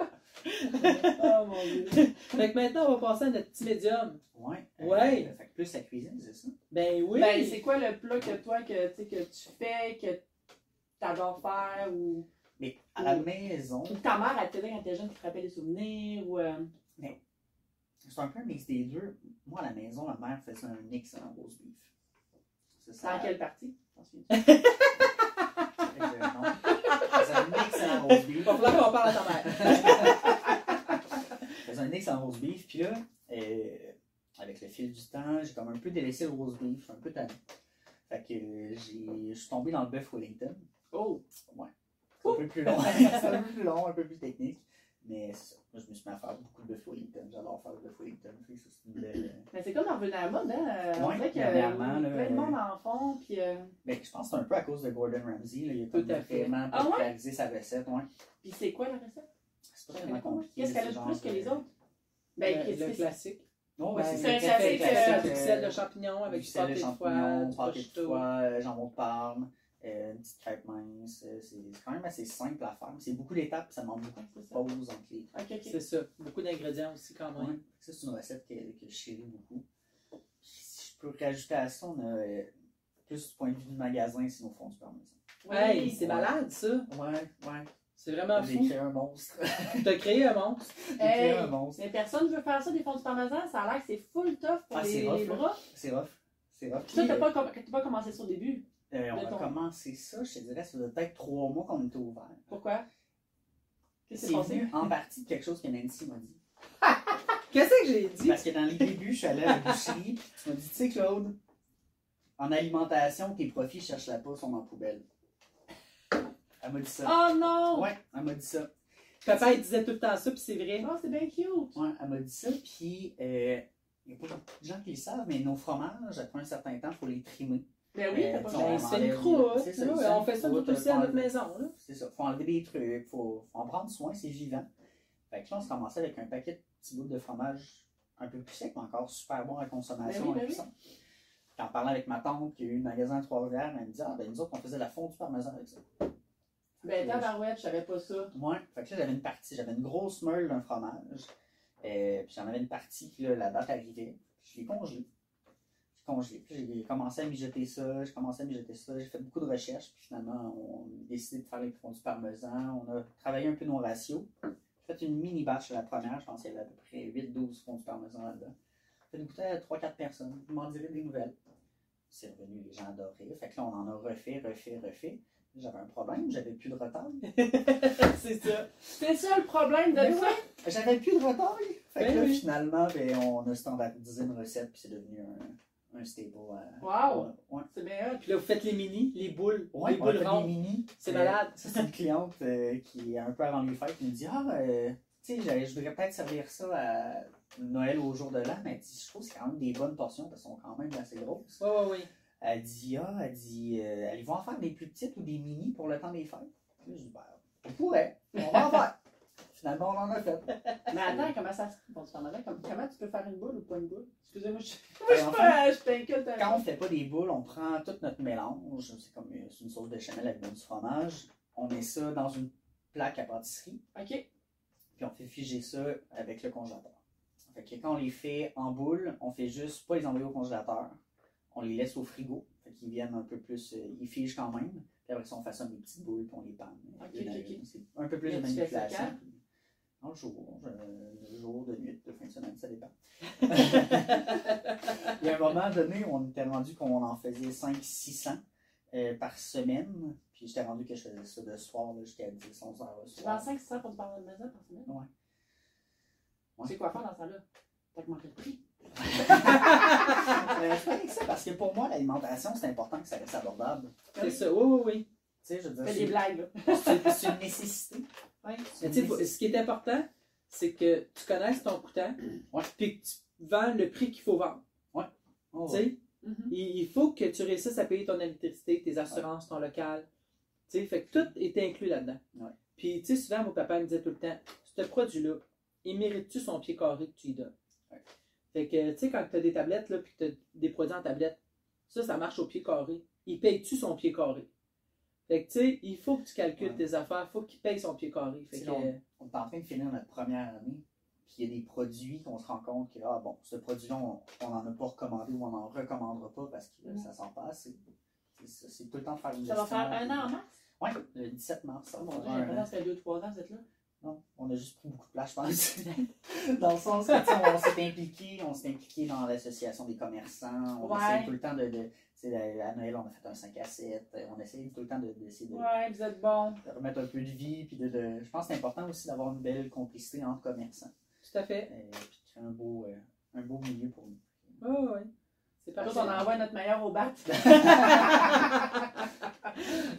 Oh mon dieu.
Fait que maintenant, on va passer à notre petit médium.
Ouais. euh,
Ouais.
fait que plus la cuisine, c'est ça?
Ben oui.
Ben, c'est quoi le plat que toi, que, tu sais, que tu fais, que t'adores faire, ou,
Mais à la
Mm.
maison,
ou ta mère à la télé quand t'es jeune qui te rappelle des souvenirs, ou. euh,
c'est un peu un mix des deux. Moi, à la maison, ma mère faisait un excellent roast beef. C'est
Euh.
dans quelle partie? T'en souviens-tu?
C'est un excellent roast
Il
beef.
va falloir qu'on parle à ta mère.
faisais un excellent roast beef. Puis là, euh, avec le fil du temps, j'ai comme un peu délaissé le roast beef, un peu tanné. Fait que euh, j'ai- je suis tombé dans le bœuf Wellington.
Oh!
C'est un peu plus long, c'est un peu plus long, un peu plus technique. Mais c'est ça. Moi, je me suis mis à faire beaucoup de bœuf Wellington. J'adore faire le bœuf Wellington. Fait que ça, c'est une belle- euh,
Mais c'est comme dans revenir à la mode, hein? On
Ouais,
dirait que
dernièrement, là,
plein de
euh,
monde en fond, puis. euh,
Ben, je pense que c'est un peu à cause de Gordon Ramsay. Là. Il a comme
Tout à fait.
vraiment
Ah ouais?
popularisé sa recette. Ouais.
Puis c'est quoi la recette?
C'est pas tellement compliqué.
Qu'est-ce qu'elle a
c'est
de plus
genre,
que les
euh,
autres? Ben,
le,
qu'est-ce
le
que c'est?
classique.
Oh,
Ben,
ouais,
c'est
le
ça,
café
c'est que-
classique,
avec du
euh,
sel de champignon, avec
avec
du
sel
pâté
de
de foie,
champignons,
du
pâté de
prosciutto.
foie, euh, jambon de parme, euh, une petite crêpe mince. euh, C'est c'est quand même assez simple à faire. C'est beaucoup d'étapes, ça demande beaucoup de
Oh.
pauses entre les.
Ok, ok.
C'est ça. Beaucoup d'ingrédients aussi quand même.
Ouais. Ça, c'est une recette que, que je chéris beaucoup. Si je peux rajouter à ça, on a euh, plus du point de vue du magasin, sinon au fond du parmesan.
Oui.
Hey, c'est malade ça.
Ouais, ouais.
C'est vraiment
J'ai
fou.
créé un monstre.
T'as créé un monstre.
J'ai
Hey.
créé un monstre.
Mais personne ne veut faire ça des fonds du parmesan, ça a l'air que c'est full tough pour
Ah,
les,
c'est rough,
les
là.
bras.
C'est rough. C'est rough.
Puis toi,
Puis,
t'as
euh,
pas, com- t'as pas commencé ça au début.
euh, on
mettons.
a commencé ça, je te dirais, ça faisait peut-être trois mois qu'on était ouvert.
Pourquoi? Qu'est-ce
C'est
qui s'est passé?
venu en partie de quelque chose que Nancy m'a dit.
Qu'est-ce que j'ai dit?
Parce que dans les débuts, je suis allé à la boucherie, puis tu m'as dit, tu sais, Claude, en alimentation, tes profits, cherche la pas, sont en poubelle. Elle m'a dit ça.
Oh non!
Ouais, elle m'a dit ça.
Papa, il disait tout le temps ça, puis c'est vrai.
Oh, c'est bien cute!
Ouais, elle m'a dit ça, puis euh, il n'y a pas beaucoup de gens qui le savent, mais nos fromages, après un certain temps, il faut les trimer.
Ben oui, t'as
Euh,
pas
on
Ben,
changé.
il se fait une
enlève-
croûte.
c'est ça,
là,
il se fait
on
une
fait ça
croûte,
tout aussi à notre
on-
maison. Là.
C'est ça, faut enlever des trucs, faut, faut en prendre soin, c'est vivant. Fait que là, on se ramassait avec un paquet de petits bouts de fromage un peu plus sec, mais encore super bon à consommation,
Ben oui, ben
en cuisson. Puis en parlant avec ma tante qui a eu le magasin à Trois-Rivières, elle me dit Ah, ben nous autres, on faisait la fondue parmesan avec ça.
Ben
euh,
tabarouette, je savais pas ça.
Ouais, fait que là, j'avais une partie, j'avais une grosse meule d'un fromage, euh, puis j'en avais une partie, puis là, la date arrivait, puis je l'ai congelée. Je l'ai congelée, puis j'ai commencé à mijoter ça, j'ai commencé à mijoter ça, j'ai fait beaucoup de recherches, puis finalement, on a décidé de faire les fonds du parmesan, on a travaillé un peu nos ratios, j'ai fait une mini batch la première, je pense qu'il y avait à peu près 8-12 fonds du parmesan là-dedans. Ça nous coûtait 3-4 personnes, vous m'en direz des nouvelles. C'est revenu, les gens adoraient, fait que là, on en a refait, refait, refait. J'avais un problème, j'avais plus de retard.
c'est ça.
C'est ça le problème de
Ben
toi?
J'avais plus de retard. Fait que
Ben
là,
oui.
finalement, ben, on a standardisé une recette, puis c'est devenu un, un staple. à-
Wow!
Ouais.
C'est bien hot.
Puis là, vous faites les mini, les boules, Ah
Ouais,
les
on a
boules
fait des
rondes.
mini.
C'est
Euh,
malade.
Ça, c'est une cliente euh, qui est un peu avant les fêtes qui me dit Ah, euh, tu sais, j'aurais- je voudrais peut-être servir ça à Noël ou au jour de l'an, mais elle dit, je trouve que c'est quand même des bonnes portions parce qu'elles sont quand même assez grosses.
Ouais, ouais, ouais.
Elle dit Ah, elle dit euh, Allez, vous en faire des plus petites ou des mini pour le temps des fêtes Puis je dis Ben, on pourrait, on va en faire. Finalement, on en a fait.
Mais attends, comment ça se bon, tu t'en avais, comme- Comment tu peux faire une boule ou pas une boule? Excusez-moi, je
Ben,
je suis
en
pas. Je t'inquiète. hein.
Quand on fait pas des boules, on prend tout notre mélange, c'est comme euh, c'est une sauce de chamel avec du fromage, on met ça dans une plaque à pâtisserie,
Ok.
puis on fait figer ça avec le congélateur. Fait que quand on les fait en boules, on fait juste pas les envoyer au congélateur, on les laisse au frigo, fait qu'ils viennent un peu plus, euh, ils figent quand même, puis après ça on façonne des petites boules, puis on les panne.
Ok,
une à
ok,
une.
ok.
C'est un peu plus
Mais
de
tu fais ça
manipulation.
quand?
puis En jour, euh, de jour, de nuit, de fin de semaine, ça dépend. Il y a un moment donné, on était rendu qu'on en faisait 500-600 euh, par semaine. Puis j'étais rendu que je faisais ça de soir là, jusqu'à 10, 11 heures le
Tu
soir.
vends 500 pour du parmesan par semaine?
Ouais. Ouais.
C'est quoi faire dans ça là? T'as augmenté le prix.
Euh, je fais avec ça parce que pour moi, l'alimentation, c'est important que ça reste abordable.
C'est ça. Oui, oui, oui.
Tu sais, je veux
Fais des
dire,
blagues, là.
Ben, c'est- c'est c'est une nécessité.
Ouais.
Mais
C'est une
tu sais, faut-
nécessité.
ce qui est important, c'est que tu connaisses ton coûtant,
Ouais.
puis que tu vends le prix qu'il faut vendre.
Oh,
Tu sais,
Mhm.
Il, il faut que tu réussisses à payer ton électricité, tes assurances, ton local. Tu sais, fait que tout est inclus là-dedans.
Ouais.
Puis, tu sais, souvent, mon papa me disait tout le temps, ce produit-là, il mérite-tu son pied carré que tu lui donnes?
Ouais.
Fait que, tu sais, quand tu as des tablettes, là, puis tu as des produits en tablette, ça, ça marche au pied carré. Il paye-tu son pied carré? Fait que, tu sais, il faut que tu calcules
Ouais.
tes affaires, il faut qu'il paye son pied carré. Fait
C'est
que, euh,
long. on est en train de finir notre première année, puis il y a des produits qu'on se rend compte que, ah bon, ce produit-là, on n'en a pas recommandé ou on n'en recommandera pas parce que
Mm.
euh, ça s'en passe. C'est- C'est c'est tout le temps de faire une
Ça va
gestion.
faire un an en
hein?
mars?
Oui, le 17 mars. ça
Oh
va
mon dieu,
faire
j'ai
un
pas
an.
dans ça fait 2-3 ans, vous êtes là.
Non, on a juste pris beaucoup de place, je pense. dans le sens que, tu sais, on s'est impliqué, on s'est impliqué dans l'association des commerçants, on
Ouais.
essaye tout le temps de. de tu sais, à à Noël, on a fait un 5 à 7, euh, on essaye tout le temps de- d'essayer de,
Ouais, vous êtes bon.
de remettre un peu de vie, puis de, de- Je pense que c'est important aussi d'avoir une belle complicité entre commerçants.
Tout à fait.
Euh, puis de créer un beau, euh, un beau milieu pour nous.
Ouais, ouais. ouais. C'est
Nous
parfait.
autres, on envoie notre meilleur au bat.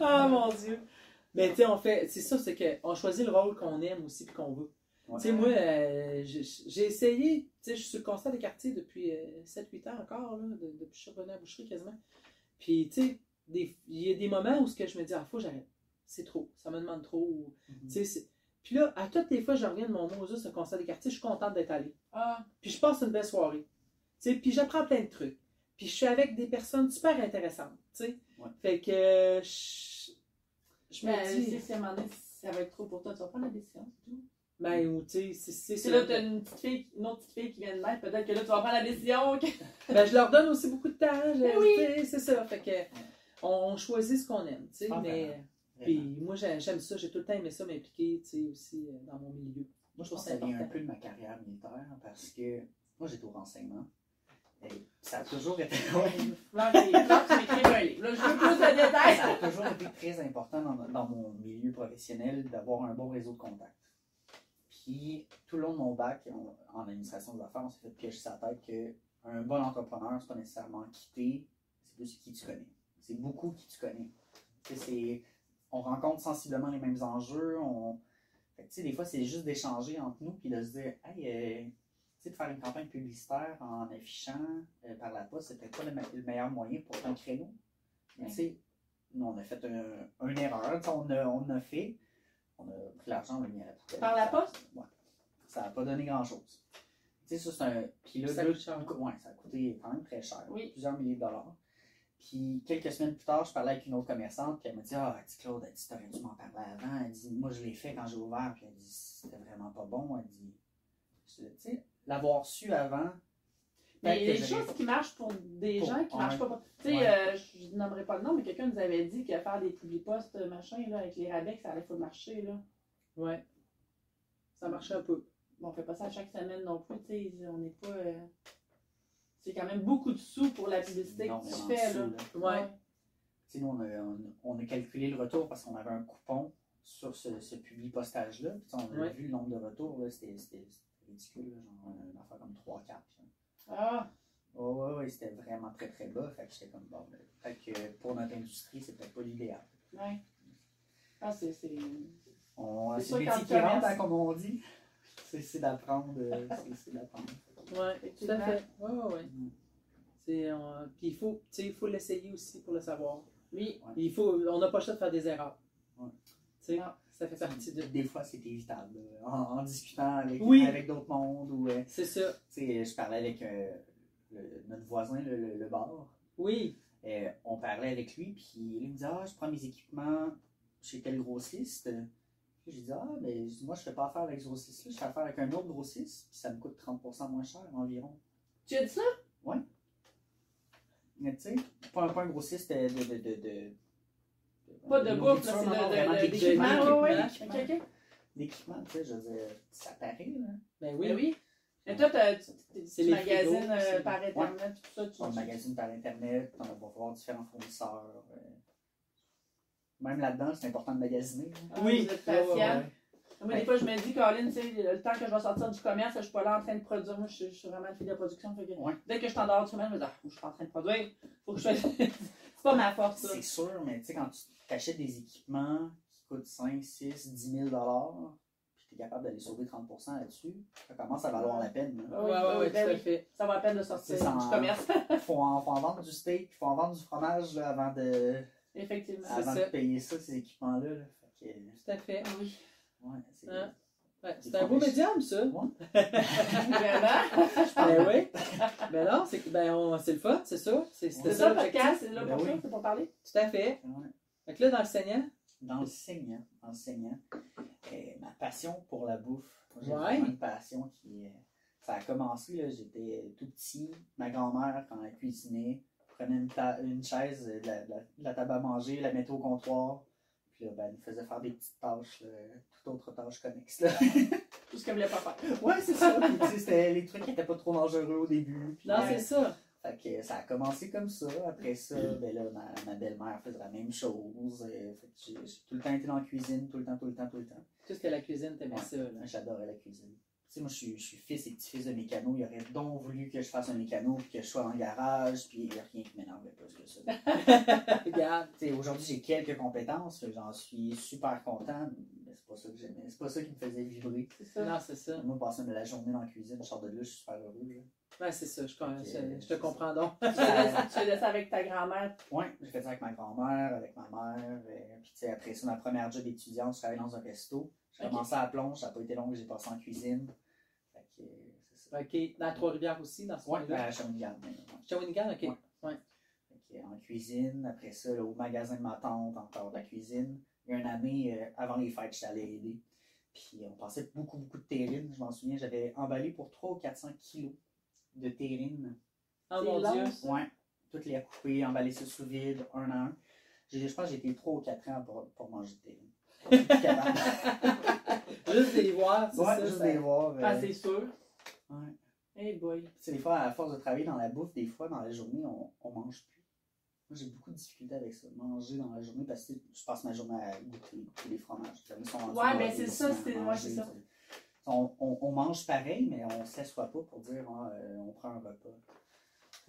Ah mon Dieu! Mais tu sais, on fait. C'est ça, c'est qu'on choisit le rôle qu'on aime aussi puis qu'on veut.
Ouais.
Tu sais, moi, euh, j'ai j'ai essayé, tu sais, je suis sur le constat des quartiers depuis 7-8 ans encore, là, de- depuis que je suis revenue à la boucherie quasiment. Puis, tu sais, des- il y a des moments où ce que je me dis, ah, faut que j'arrête. C'est trop, ça me demande trop.
Mhm.
Tu sais, c'est- Puis là, à toutes les fois, je reviens de mon Moses, ce concert des quartiers, je suis contente d'être allée.
Ah,
Puis je passe une belle soirée. Tu sais, puis j'apprends plein de trucs. Puis je suis avec des personnes super intéressantes. Tu sais.
Ouais.
Fait que euh, je, je
mais
me
Ben, si
dis,
c'est à un moment donné, ça va être trop pour toi, tu vas prendre la décision. c'est tout.
ben, ou, tu sais, c'est- c'est
Si
c'est-
là, tu as une, petite fille, une autre petite fille qui vient de naître, peut-être que là, tu vas prendre la décision. que-
Ben, je leur donne aussi beaucoup de temps. je-
Ben oui.
tu sais, C'est ça. Fait que on, on choisit ce qu'on aime. Tu sais,
Ah,
mais.
vraiment.
Puis
Vraiment.
moi, j'ai- j'aime ça, j'ai tout le temps aimé ça m'impliquer, tu sais, aussi euh, dans mon milieu.
Moi, je pense que ça
c'est
vient un
important.
peu de ma carrière militaire parce que moi, j'étais au renseignement. Et ça a toujours été. Ouais.
Là, tu m'écris un livre. Là, je veux plus de détails.
ça a toujours été très important dans, dans mon milieu professionnel d'avoir un bon réseau de contacts. Puis, tout le long de mon bac, on- en administration des affaires, on s'est fait piocher sa tête qu'un bon entrepreneur, c'est pas nécessairement quitter, c'est plus qui tu connais. C'est beaucoup qui tu connais. Tu sais, c'est- on rencontre sensiblement les mêmes enjeux. On, fait que, tu sais, des fois, c'est juste d'échanger entre nous puis de se dire, hey, euh, tu sais, de faire une campagne publicitaire en affichant euh, par la poste, c'est peut-être pas le, me- le meilleur moyen pour un créneau. Mais tu sais, nous, on a fait un, une erreur, tu sais, on a, on a fait, on a pris l'argent, on l'a mis à la poubelle.
Par la
Ça-
poste?
Ouais. Ça n'a pas donné grand-chose. Tu sais, ça, c'est un. Puis là,
Ça
deux-
coûte cher.
Ouais, ça a coûté quand même très cher.
Oui.
Plusieurs milliers de dollars. Puis quelques semaines plus tard, je parlais avec une autre commerçante, puis elle m'a dit Ah, elle dit Claude, elle dit, t'aurais dû m'en parler avant. Elle dit Moi, je l'ai fait quand j'ai ouvert, puis elle dit C'était vraiment pas bon. Elle dit Je- Tu sais, l'avoir su avant.
Mais
peut-être
il
que
y a des
j'aurais-
choses qui marchent pour des
Ben, Pour-
gens qui
ouais.
marchent pas. pour- Tu sais,
Ouais.
euh, je je nommerai pas de nom, mais quelqu'un nous avait dit que faire des publi postes machin, là, avec les rabais, que ça allait faut marcher, là.
Ouais. Ça marchait un peu.
Bon, on fait pas ça chaque semaine non plus, tu sais, on n'est pas... euh, C'est quand même beaucoup de sous pour la publicité que
énormément
tu fais,
sous,
là.
là.
Ouais.
Tu sais, nous, on a, on, on a calculé le retour parce qu'on avait un coupon sur ce, ce public postage-là. Puis, tu sais, on a
Ouais.
vu le nombre de retours, là, c'était c'était- c'était ridicule, là, genre euh, une affaire comme 3-4.
Ah,
Ouais, ouais, ouais, c'était vraiment très très bas. Fait que j'étais comme bon. ben, Fait que pour notre industrie, c'est peut-être pas l'idéal.
ouais. Ah, c'est... c'est-
On-
C'est sûr
C'est le
qu'en
métier qui rentre,
commerce-
hein, comme on dit. C'est c'est d'apprendre. euh, c'est- C'est d'apprendre.
Ouais, tout à
Effectivement.
fait. Ouais, ouais, ouais.
Mm.
C'est, euh, Puis il faut, tu sais, il faut l'essayer aussi pour le savoir.
Oui,
Il faut, on n'a pas le choix de faire des erreurs.
Ouais.
Tu sais,
Non.
ça fait partie de.
Des fois, c'est évitable. là, En, en discutant avec,
Oui.
avec d'autres mondes ou. euh,
C'est ça.
Tu sais, je parlais avec euh, le- notre voisin, le, le, le bar.
Oui.
Euh, on parlait avec lui, puis il me dit Ah, je prends mes équipements chez tel grossiste. Puis je dis Ah, mais moi, je fais pas affaire avec ce grossiste-là, je fais affaire avec un autre grossiste, puis ça me coûte 30% moins cher environ.
tu as dit ça?
Mais tu sais, pas un, pas un grossiste de. de, de, de, de-
Pas de
une
bouffe, là,
nourriture,
c'est
non, non, vraiment
de- de- de-
des-
d'équipement,
des-
ouais, ouais.
d'équipement.
Ok, ok.
L'équipement, tu sais, je veux dire, ça paraît, là.
Ben
Ben
oui.
oui. Et toi, t'as- tu tu-
C'est
tu
les
magasines
frigos,
euh,
c'est-
par Internet, tout ça, tu...
On magazine par Internet, on va voir différents fournisseurs. euh. Même là-dedans, c'est important de magasiner. là.
Ah,
Oui.
vous êtes
Ouais, ouais,
patient.
ouais.
Moi, des fois, je me dis, Colin, tu sais, le temps que je vais sortir du commerce, je suis pas là en train de produire. Moi, je, suis- je suis vraiment une fille de production. Fait que
Ouais.
Dès que je t'endors du commerce, je me dis, ah, je suis pas en train de produire. Faut que je fasse. C'est pas ma force, ça.
C'est sûr, mais tu sais, quand tu t'achètes des équipements qui coûtent 5, 6, 10 000 dollars, puis tu es capable d'aller sauver 30 là-dessus, ça commence à valoir la peine. là.
Ouais, ouais, ouais,
Ben
tout à
oui.
fait.
Ça va à peine de sortir
C'est ça,
du
hein.
commerce.
Faut, en, faut en vendre du steak, faut en vendre du fromage là, avant, de,
Effectivement.
Ah,
avant de
ça.
payer ça, ces équipements-là. là. Fait que,
Tout à fait.
Ah Oui.
ouais, c'est-
Hein? Ouais,
Des
c'est un
fois,
beau
mais-
médium, ça.
Vraiment.
Ah
Ben oui. Ben non, c'est que- ben, on- c'est le fun, c'est ça. C'est c'était
C'est
Ouais.
ça, le
l'objectif.
podcast, c'est là
Ben
pour ça,
oui.
c'est pour parler.
Tout à fait.
Ouais.
Fait que là, dans le Seigneur,
Dans le saignant, en saignant, euh, ma passion pour la bouffe. J'ai
Ouais.
vraiment une passion qui. euh, ça a commencé, là, j'étais euh, tout petit. Ma grand-mère, quand elle cuisinait, prenait une, ta- une chaise euh, de la, de la- de la table à manger, la mettait au comptoir. Puis là, ben, elle nous faisait faire des petites tâches, euh, là, toutes autres tâches connexes. là.
Tout ce que voulait pas faire.
ouais, c'est ça. Puis, tu sais, c'était les trucs qui n'étaient pas trop dangereux au début. Puis,
non,
euh,
c'est ça.
fait que ça a commencé comme ça. Après ça, ben là, ma, ma belle-mère faisait la même chose. Euh, fait que j'ai j'ai tout le temps été dans la cuisine, tout le temps, tout le temps, tout le temps.
Tout ce que la cuisine, t'aimais
Ouais.
ça. Là.
Là, J'adorais la cuisine. Tu sais, moi, je suis, je suis fils et petit-fils de mécano. Il aurait donc voulu que je fasse un mécano, puis que je sois dans le garage, puis il n'y a rien qui m'énervait plus que ça.
Regarde.
Tu sais, Aujourd'hui, j'ai quelques compétences, fait que j'en suis super content, mais c'est pas ça que j'aimais. C'est pas ça qui me faisait vibrer.
C'est ça.
Non, c'est ça.
Moi, passer de la journée dans la cuisine, je sors de là, je suis super heureux. là.
Ouais, Ben, c'est ça. Je, con-
Ok,
je- je te
c'est
comprends donc.
Tu faisais ça- tu faisais ça avec ta grand-mère.
Oui, j'ai fait ça avec ma grand-mère, avec ma mère. euh, puis tu sais, après ça, ma première job étudiante, je travaillais dans un resto. J'ai
Ok.
commencé à la plonge, ça n'a pas été long, j'ai passé en cuisine. Fait que euh, c'est ça.
OK, dans Trois-Rivières aussi, dans ce
Ouais,
coin-là.
à Shawinigan. mais, ouais.
Shawinigan, OK. Oh
Ouais. Fait que, euh, en cuisine, après ça, là, au magasin de ma tante, encore de la cuisine. Il y a une année, euh, avant les fêtes, j'étais allé aider. Puis on passait beaucoup, beaucoup de terrine. Je m'en souviens, j'avais emballé pour 300 ou 400 kilos de terrine.
Oh mon Dieu.
Ouais, toutes les recoupées, emballées ça sous vide, un à un. J'ai- Je pense que j'ai été 3 ou 4 ans pour, pour manger de terrine. Capable.
Juste les voir, c'est
ouais,
ça.
juste
ça-
les voir. euh,
ben
Ah, c'est sûr.
ouais.
Hey boy.
Tu sais, des fois, à force de travailler dans la bouffe, des fois, dans la journée, on, on mange plus. Moi, j'ai beaucoup de difficultés avec ça, manger dans la journée, parce que je passe ma journée à goûter, goûter les fromages. Jamais sont rendus
Ouais, ben,
dans les
c'est ça,
restaurants,
c'est- ouais,
manger,
c'est ça.
tu sais. On, on- on mange pareil, mais on s'assoit pas pour dire Ah, euh, on prend un repas.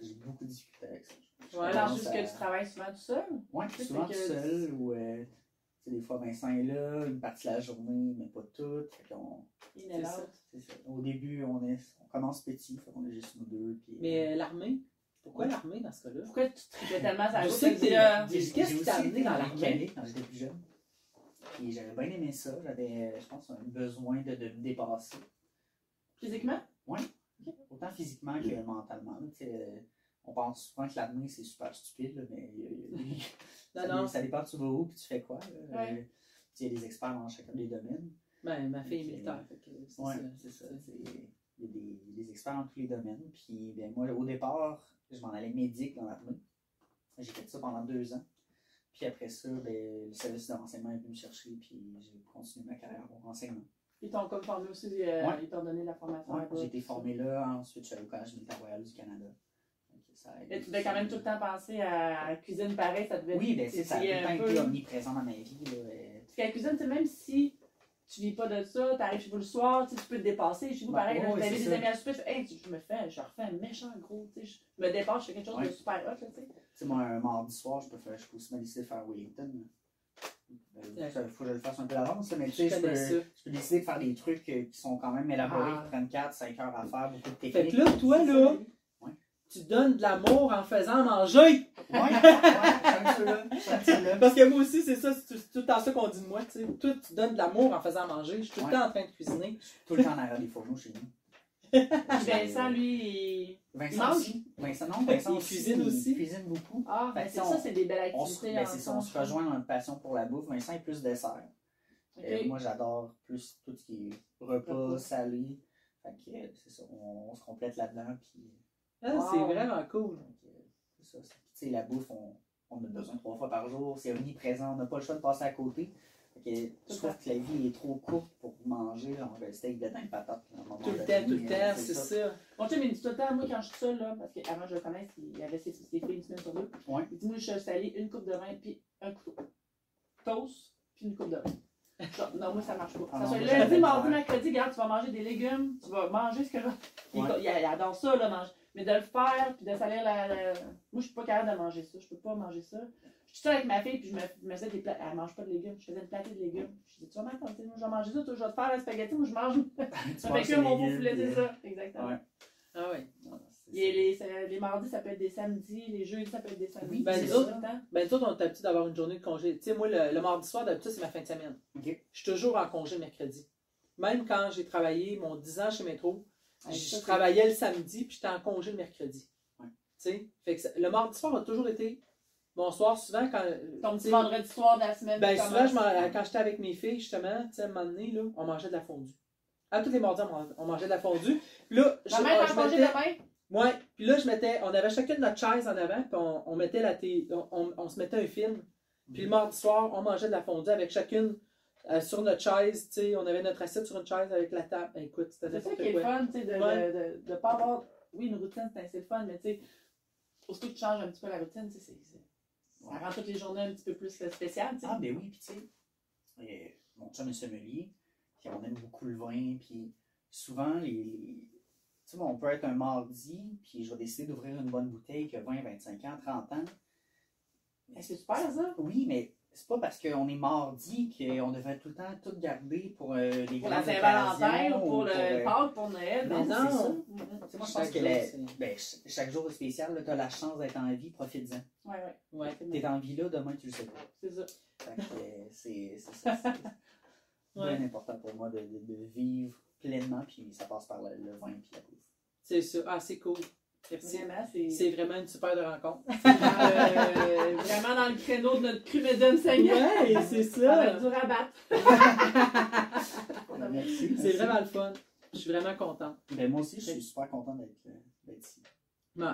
J'ai beaucoup de difficultés avec ça. Je
Ouais,
Alors,
commence
juste
à-
que tu travailles souvent tout seul.
Ouais,
Tu sais,
souvent tout
fait que-
seul, ou euh, tu sais, des fois Vincent est là, une partie de la journée, mais pas toute. Fait qu'on-
In
C'est
and
ça.
out.
c'est ça. Au début, on, est, on commence petit, fait qu'on est juste nous deux. Puis,
Mais euh, l'armée, pourquoi l'armée dans ce cas-là?
Pourquoi tu tripais tellement ça
Je
la
sais
bouffe?
que t'es-
Parce euh,
Puis euh, qu'est-ce qui t'a amené dans l'armée?
mécanique quand j'étais plus jeune? Puis j'avais bien aimé ça. J'avais, euh, je pense, un besoin de, de me dépasser.
Physiquement?
Autant physiquement que mentalement. Tu sais, euh, on pense souvent que l'armée, c'est super stupide, là, mais euh, ça,
Non, non.
ça dépend tu vas où puis tu fais quoi. là.
Ouais.
Euh, tu sais, Il y a des experts dans chacun des domaines.
Ben, ma fille est
Ok.
militaire. fait que c'est
Ouais,
ça,
c'est ça. c'est- Il y a des, des experts dans tous les domaines. Puis, ben, moi, au départ, je m'en allais médic dans l'armée. J'ai fait ça pendant deux ans. Puis après ça, ben, le service de renseignement est venu me chercher, puis j'ai continué ma carrière au renseignement.
Ils t'ont comme formé aussi, euh,
Ouais.
ils t'ont donné la formation.
Ouais,
là-bas.
j'ai été formé là, ensuite je suis allé au Collège militaire royal du Canada. Donc, ça a
Mais
aidé
tu devais quand même tout le temps penser à la cuisine pareil, ça devait
Oui, ben, c'est ça a tout
essayer
le
un
temps
peu.
été omniprésent dans ma vie. là, euh,
Parce que la cuisine, tu sais, même si tu vis pas de ça, tu arrives chez vous le soir, tu sais, tu peux te dépasser. Chez vous,
Ouais,
pareil,
ouais,
là,
ouais,
t'invites
c'est
des
ça.
amis à souper, tu fais, hey, tu- je me fais, je refais un méchant gros, tu sais, je je me dépasse, je fais quelque chose de
Ouais.
super hot, là, tu sais.
Tu sais, moi, un mardi soir, je peux, faire, je peux aussi me laisser faire Wellington. Il
Ouais.
faut que je le fasse un peu d'avance, là, mais tu
Je
sais, je peux,
connais ça.
je peux décider de faire des trucs euh, qui sont quand même élaborés,
Ah.
qui prennent 4, 5 heures à faire, beaucoup de
Fait
techniques.
que là, toi, là,
Ah.
tu donnes de l'amour en faisant manger.
Ouais, ouais, j'aime ça, là, j'aime ça, là.
Parce que moi aussi, c'est ça, c'est tout- c'est tout le temps ça qu'on dit de moi, tu sais. Toi, tu donnes de l'amour en faisant manger. Je suis tout le
Ouais.
temps en train de cuisiner.
Tout le temps en arrière des fourneaux chez nous.
Puis
Ben,
Vincent, lui, il...
Vincent
mange.
aussi. Vincent, non, Vincent
Il cuisine aussi.
Il cuisine beaucoup.
Ah,
Fait
ben
que
c'est
on-
ça, c'est des belles
On se,
activités.
ben, c'est ça, on se
ensemble.
rejoint dans notre passion pour la bouffe. Vincent est plus dessert.
Ok.
Euh, moi, j'adore plus tout ce qui est repas,
Repas.
salé. Fait que euh, c'est ça, on, on se complète là-dedans. Puis, euh,
Ah,
Wow.
C'est vraiment cool.
donc, euh, c'est ça. c'est- Tu sais, la bouffe, on, on en a besoin trois fois par jour. C'est omniprésent, on n'a pas le choix de passer à côté. Fait que, je
Tout
trouve que la vie est trop courte pour manger genre, le steak de dingue patate. à un moment
Tout le
donné,
temps, tout le
euh,
temps, c'est ça.
Mon chum, il me dit tout le temps, moi, quand je suis seule, là, parce qu'avant, je le connaisse, il avait ses, ses filles une semaine sur deux.
Ouais.
Il dit, moi, je suis salée une coupe de vin, puis un couteau. Toast, puis une coupe de vin. Genre, non, moi, ça marche pas.
Ah
ça
non,
fait
moi,
lundi,
j'avais
mardi,
peur.
mercredi, regarde, tu vas manger des légumes, tu vas manger ce que là. Il,
Ouais.
il adore ça, là, manger. Mais de le faire, puis de salir la, la- Moi, je suis pas capable de manger ça. Je peux pas manger ça. Je suis seule avec ma fille, puis je me, je me faisais des plats. Elle mange pas de légumes. Je faisais une platée de légumes. Je dis, tu vas m'attendre, tu sais, moi, je vais manger ça, toi, je vais te faire un spaghetti, moi, je mange.
Tu
Ça fait
manges
que mon beau
des
poulet, c'est
légumes,
ça. Exactement.
Ouais.
Ah ouais.
puis- Non, c'est-
Et les, ça- les mardis, ça peut être des samedis, les jeudis, ça peut être des samedis.
Oui,
ben,
c'est
nous
ça.
autres, Ben, toi, on est habitué d'avoir une journée de congé. Tu sais, moi, le, le mardi soir, d'habitude, c'est ma fin de semaine.
Ok.
Je suis toujours en congé le mercredi. Même quand j'ai travaillé mon 10 ans chez Métro,
Ouais,
je
ça,
travaillais le samedi, puis j'étais en congé le mercredi.
Ouais.
Tu sais, fait que ça- le mardi soir a toujours été mon soir, souvent quand...
Ton
tu sais,
petit vendredi soir de la semaine.
Ben,
tu
souvent, je m'en-
commences.
quand j'étais avec mes filles, justement, tu sais, à un moment donné, là, on mangeait de la fondue. À tous les mardis, on man- on mangeait de la fondue. Puis Là, je,
Maman,
on-
t'as
je
mangé
mettais,
demain?
ouais, puis là, je mettais, on avait chacune notre chaise en avant, puis on, on mettait la télé- on, on- on se mettait un film. Puis le mardi soir, on mangeait de la fondue avec chacune euh, sur notre chaise, tu sais, on avait notre assiette sur une chaise avec la table. Ben, écoute, c'était
C'est ça
n'importe
qui est le
quoi.
fun, tu sais, de,
Ouais.
de, de, de pas avoir. Oui, une routine, c'est c'est le fun, mais tu sais, aussitôt que tu changes un petit peu la routine, tu sais, c'est- c'est- ça
Ouais.
rend toutes les journées un petit peu plus euh, spéciales, tu sais.
Ah, ben oui, puis tu sais, euh, mon chum est sommelier, puis on aime beaucoup le vin, puis souvent, les, les- tu sais, bon, on peut être un mardi, puis je vais décider d'ouvrir une bonne bouteille que 20, 25 ans, 30 ans.
Mais c'est super, ça.
Oui, mais c'est pas parce qu'on est mardi qu'on devrait tout le temps tout garder pour euh, les
Pour la
grandes
Saint-Valentin,
occasions
ou pour
euh,
le Pâques, pour Noël, ben
Non,
c'est ça.
non. Mhm.
tu sais, moi, je
Chaque
pense que
jour,
la-
c'est-
ben, ch- chaque jour est spécial, tu as la chance d'être en vie, profite-en.
Ouais, ouais.
Ouais.
C'est
T'es en vie là, demain, tu le sais pas.
ça.
Fait que, euh, c'est c'est ça. C'est c'est
Ouais.
bien important pour moi de, de- de vivre pleinement, puis ça passe par le, le vin puis la bouffe.
C'est ça. Ah, c'est cool. Merci.
Vraiment, c'est
C'est vraiment une super de rencontre.
euh, vraiment dans le créneau de notre cru Madame Seigneur.
Ouais, c'est
Ça va être dur à battre.
Euh, Merci.
C'est
merci.
vraiment le fun. Je suis vraiment contente.
Ben, moi aussi, je suis super content d'être euh, d'être ici.
Mais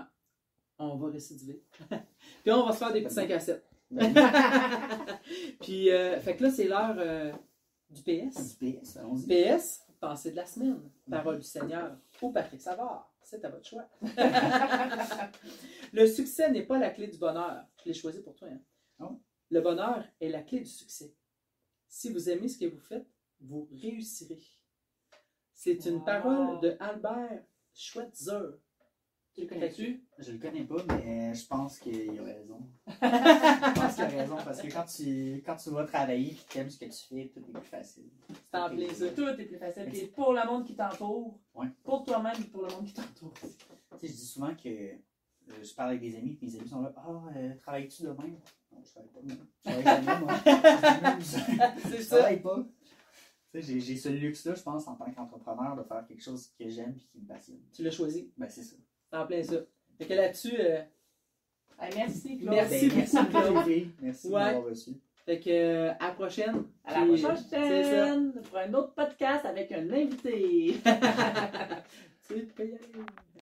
on va récidiver. Puis on va se faire des petits 5 à 7.
Ben,
Puis, euh, fait que là, c'est l'heure euh, du PS.
du hein, PS, allons-y.
PS, pensée de la semaine. Parole du Seigneur ou Patrick Savard. C'est à votre choix. le succès n'est pas la clé du bonheur. Je l'ai choisi pour toi. hein.
Oh.
Le bonheur est la clé du succès. Si vous aimez ce que vous faites, vous réussirez. C'est une
Wow.
parole de Albert Schweitzer.
Tu le connais-tu?
Je le connais pas, mais euh, je pense qu'il a raison. je pense qu'il a raison parce que quand tu, quand tu vas travailler et que tu aimes ce que tu fais, tout est plus facile.
C'est en
Tout est-
plein ça.
Tout est plus facile. Puis pour le monde qui t'entoure,
Ouais.
pour toi-même et pour le monde qui t'entoure.
Tu sais, je dis souvent que euh, je parle avec des amis et mes amis sont là Ah, euh, travailles-tu demain Non, je travaille pas demain. Je travaille jamais, moi. Je m'amuse.
C'est
Je
ça.
travaille pas. Tu sais, J'ai j'ai ce luxe-là, je pense, en tant qu'entrepreneur, de faire quelque chose que j'aime et qui me passionne.
Tu l'as choisi.
Ben, c'est ça.
C'est en plein ça. Fait que là-dessus, euh,
Hey, merci, Claude.
Merci
Ben, merci
beaucoup, Claude.
beaucoup, les filles. Merci de
Ouais.
m'avoir reçu.
fait que, euh, à la prochaine.
À la
Puis, c'est ça.
prochaine pour un autre podcast avec un invité.
C'est payé.